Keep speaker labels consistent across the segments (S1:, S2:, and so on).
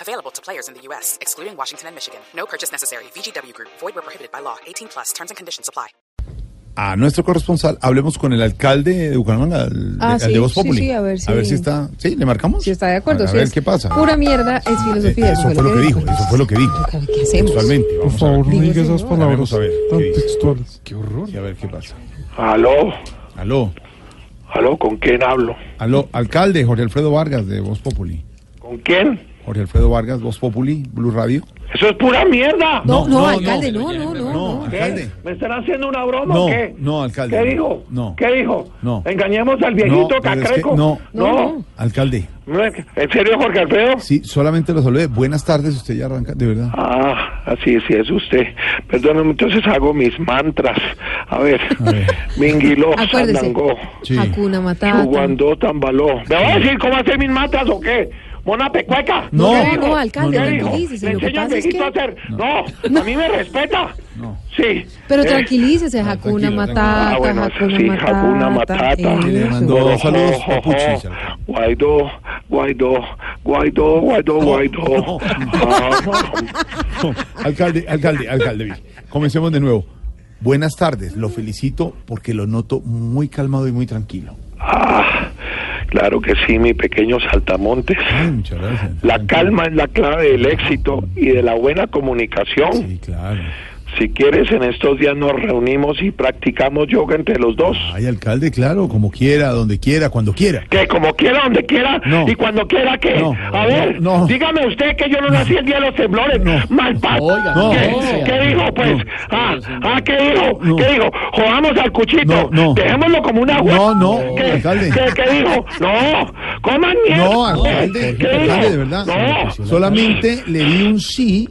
S1: Available to players in the U.S., excluding Washington and Michigan. No purchase necessary. VGW Group, void were prohibited by law. 18 plus terms and conditions apply.
S2: a nuestro corresponsal, hablemos con el alcalde de Bucaramanga, el,
S3: Ah,
S2: el
S3: sí,
S2: de Voz
S3: sí,
S2: Populi.
S3: sí, a ver si-
S2: está. ¿Sí? ¿Le marcamos?
S3: Si está de acuerdo,
S2: A
S3: si
S2: ver
S3: es
S2: qué pasa.
S3: Pura mierda es filosofía.
S2: Eso fue lo que dijo, eso fue lo que dijo.
S3: Claro, ¿Qué hacemos?
S2: Textualmente,
S4: Por
S2: vamos a
S4: favor,
S2: ver.
S4: no
S3: Digo,
S4: diga esas
S3: señor.
S4: palabras
S2: Vamos a ver, ¿qué
S4: tan
S2: dice?
S4: textuales. Qué horror.
S2: Y a ver qué pasa.
S5: Aló,
S2: Aló,
S5: aló, ¿con quién hablo?
S2: aló, alcalde Jorge Alfredo Vargas de Voz Populi.
S5: ¿Con quién?
S2: Jorge Alfredo Vargas, Voz Populi, Blue Radio.
S5: Eso es pura mierda.
S3: No,
S2: No,
S3: no,
S2: no,
S3: alcalde, no, no, no.
S2: No,
S3: no.
S5: ¿Qué?
S2: alcalde.
S5: ¿Me están haciendo una broma
S2: No,
S5: o qué?
S2: no, alcalde,
S5: ¿Qué
S2: no,
S5: dijo?
S2: no.
S5: ¿Qué dijo?
S2: No.
S5: ¿Engañemos al viejito
S2: No, pero es que-
S5: cacreco?
S2: no.
S5: no.
S2: Alcalde,
S5: No, ¿En serio, Jorge Alfredo?
S2: sí, solamente lo saludé. Buenas tardes, usted ya arranca, de verdad.
S5: Ah, así sí es usted. Perdóname, entonces hago mis mantras. A ver,
S2: A ver.
S5: Minguiló,
S3: Acuérdese.
S5: Sandangó,
S2: Sí.
S3: Hakuna Matata.
S5: Chugandó, Tambaló. ¿Me va a decir cómo hacer mis mantras o qué? ¿Mona pecueca?
S2: No.
S5: ¿Qué
S2: No,
S5: dijo?
S3: no, alcalde,
S5: ¿Qué dijo?
S3: tranquilícese,
S5: ¿Le
S3: lo que
S5: enseño al
S3: pasa es
S5: viejito
S3: que-
S5: a hacer? No. a mí me respeta.
S2: No.
S5: Sí.
S3: Pero
S5: Eh,
S3: tranquilícese, Hakuna
S2: Ah, tranquilo, tranquilo.
S3: Matata.
S5: Ah, bueno, eso sí, Hakuna Matata.
S2: Y le
S3: eso.
S2: mandó
S5: Ojo,
S2: saludos
S5: ojo,
S2: a Puchis.
S5: ojo. Guaidó, Guaidó, Guaidó, Guaidó, Guaidó. Ah,
S2: Alcalde, alcalde, alcalde, mire, comencemos de nuevo. Buenas tardes, lo felicito porque lo noto muy calmado y muy tranquilo.
S5: ah, claro que sí, mi pequeño saltamontes.
S2: Ay, muchas gracias.
S5: La calma es la clave del éxito y de la buena comunicación.
S2: Sí, claro.
S5: Si quieres, en estos días nos reunimos y practicamos yoga entre los dos.
S2: Ay, alcalde, claro, como quiera, donde quiera, cuando quiera.
S5: Que como quiera, donde quiera
S2: No.
S5: y cuando quiera que.
S2: No,
S5: a ver,
S2: no, no.
S5: dígame usted que yo no nací el día de los temblores.
S2: No.
S5: Mal pa-
S2: no,
S5: ¿Qué,
S2: oiga.
S5: qué dijo, pues? Ah, ah, ¿qué dijo?
S2: No.
S5: ¿Qué dijo? Jodamos al
S2: No,
S5: cuchito.
S2: no.
S5: Dejémoslo como una agua.
S2: No, no,
S5: ¿Qué,
S2: alcalde.
S5: ¿qué, qué dijo? No, coman mierda.
S2: No,
S5: ¿Qué-
S2: alcalde,
S5: ¿Qué
S2: alcalde,
S5: dijo?
S2: de verdad.
S5: No,
S2: Solamente le di un sí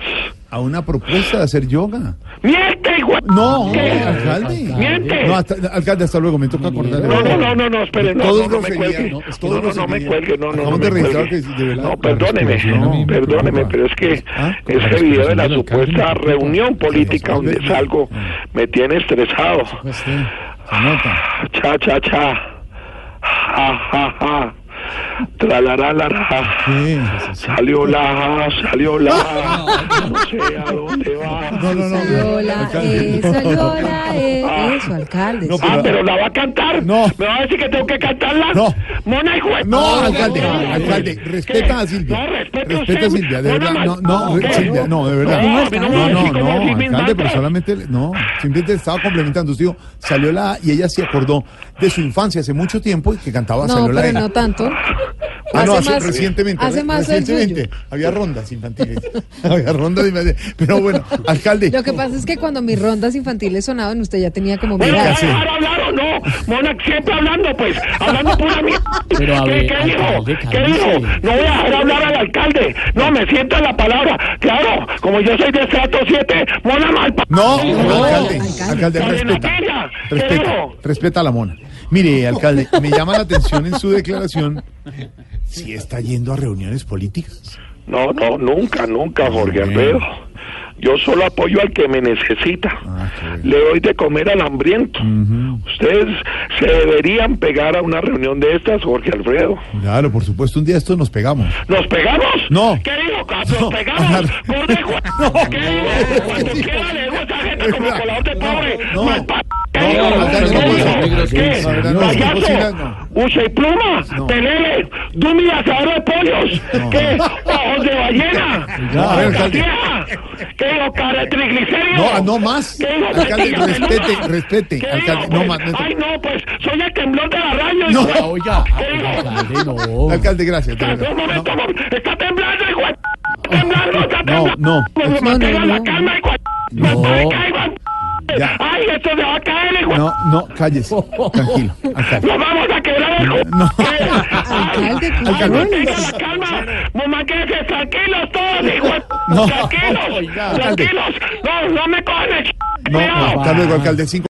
S2: a una propuesta de hacer yoga.
S5: miente, hijo-
S2: No,
S5: ¿Qué?
S2: alcalde.
S5: Miente.
S2: No, hasta- alcalde, hasta luego, me toca acordar.
S5: No, no, no, no, no, espere, no,
S2: Todos
S5: no, no me
S2: grosería,
S5: cuelgue.
S2: no,
S5: No,
S2: es todo
S5: no, no, no me
S2: grosería.
S5: cuelgue, no, no, no
S2: Acabamos
S5: me
S2: de registrar
S5: cuelgue.
S2: que es de verdad.
S5: No, perdóneme,
S2: No, me
S5: perdóneme,
S2: preocupa.
S5: pero es que
S2: Ah,
S5: este video de la supuesta reunión política donde
S2: Ve-
S5: salgo
S2: Ah.
S5: me tiene estresado.
S2: Pues sí, se nota.
S5: Cha, cha, cha. Ja, ja, ja. Tralará, la, ra.
S2: Sí.
S5: Salió la, salió la. No sé a dónde va.
S2: No, no, no.
S3: Salió la
S2: Alcalde, Eh,
S3: E, salió la E. Eso, alcalde.
S2: No,
S3: sí.
S5: Ah, pero la va a cantar.
S2: No.
S5: Me va a decir que tengo que cantarla.
S2: No.
S5: Mona y juez.
S2: No, alcalde, alcalde, respeta a Silvia.
S5: No, respete
S2: respeta a
S5: usted.
S2: Silvia, de
S5: Mona
S2: verdad. No,
S5: Mar-
S2: no,
S5: ¿Qué?
S2: Silvia, no, de verdad.
S5: No, a mí no me va
S2: No,
S5: a
S2: no,
S5: decir cómo
S2: no,
S5: decir mis
S2: alcalde, pero
S5: mantras.
S2: solamente, le- no, simplemente estaba complementando. Usted dijo, salió la A y ella se acordó de su infancia hace mucho tiempo y que cantaba
S3: No,
S2: salió la
S3: pero
S2: E.
S3: no tanto.
S2: Ah, no,
S3: Hace
S2: hace-
S3: más-
S2: recientemente.
S3: hace
S2: re-
S3: más el
S2: recientemente. Había rondas infantiles. había rondas infantiles. Pero bueno, alcalde.
S3: Lo que pasa es que cuando mis rondas infantiles sonaban, usted ya tenía como mi
S5: Bueno, ¿va
S3: edad.
S5: a
S2: hace?
S5: dejar hablar o no? Mona siempre hablando, pues. Hablando pura mierda.
S6: Pero, a
S5: ¿Qué,
S6: ver,
S5: qué dijo?
S6: alcalde,
S5: ¿Qué
S6: cálmese.
S5: dijo? No voy a dejar hablar al alcalde. No, me siento en la palabra. Claro, como yo soy de estrato 7, Mona Malpa.
S2: No, no, alcalde,
S3: alcalde.
S2: alcalde,
S5: Doña
S2: respeta,
S5: Natalia, ¿qué
S2: respeta,
S5: dijo?
S2: respeta a la mona. Mire, alcalde, me llama la atención en su declaración si está yendo a reuniones políticas.
S5: No, no, nunca, nunca, Jorge
S2: Bueno.
S5: Alfredo. Yo solo apoyo al que me necesita.
S2: Ah, qué bueno.
S5: Le doy de comer al hambriento. Ustedes se deberían pegar a una reunión de estas, Jorge Alfredo.
S2: Claro, por supuesto, un día esto nos pegamos.
S5: ¿Nos pegamos?
S2: No.
S5: ¿Qué digo? ca-
S2: No.
S5: ¿Nos pegamos?
S2: No.
S5: Gordo hijo-
S2: No.
S5: ¿Qué digo? Cuando quiera le digo a esa gente como colador de pobre.
S2: No.
S5: Malpa- ¿Qué
S2: No,
S5: digo?
S2: no,
S5: ¿Qué
S6: no, no,
S5: digo?
S6: no, no,
S5: ¿Qué?
S6: no,
S2: no, no,
S5: ¿Payaso?
S2: no.
S5: ¿Usa y pluma?
S2: No.
S5: ¿Telele? ¿Dumi asador de pollos? ¿Qué? ¿Ojos de ballena?
S2: Ya, a ver, alcalde.
S5: ¿Catía? ¿Qué digo? ¿Cara de triglicéridos?
S2: No, ah, no más.
S5: ¿Qué digo?
S2: Alcalde,
S5: ¿Pestañas
S2: respete,
S5: peludas?
S2: respete,
S5: ¿Qué
S2: alcalde,
S5: digo?
S2: no más, no.
S5: Ay, no, pues, soy el temblor de la
S2: No.
S5: radio. hijo de-
S6: Oiga,
S5: ¿Qué digo?
S6: alcalde, no.
S2: Alcalde, gracias. de
S5: Está-
S2: verdad.
S5: un momento,
S2: No.
S5: un momento. está temblando, hijo de- temblando, está
S2: No,
S5: temblando.
S2: no.
S5: Pues
S3: No,
S5: mantenga
S3: no,
S5: la
S3: no.
S5: calma, hijo de-
S6: No.
S5: Me cae, hijo de-
S2: Ya.
S5: Ay, esto se va a caer, hijo de-
S2: No, no, cállese. Tranquilo, alcalde.
S5: Nos vamos a quebrar, hijo de-
S2: No.
S5: Ay,
S3: Alcalde,
S5: ay,
S3: ¿qué
S5: mantenga la calma. Mamá, quédese tranquilos todos, hijo.
S2: No,
S5: tranquilos,
S2: oiga, alcalde.
S5: tranquilos. No, no me cogen el ch-
S2: No,
S5: cuidado.
S2: hasta luego, alcalde. Cinco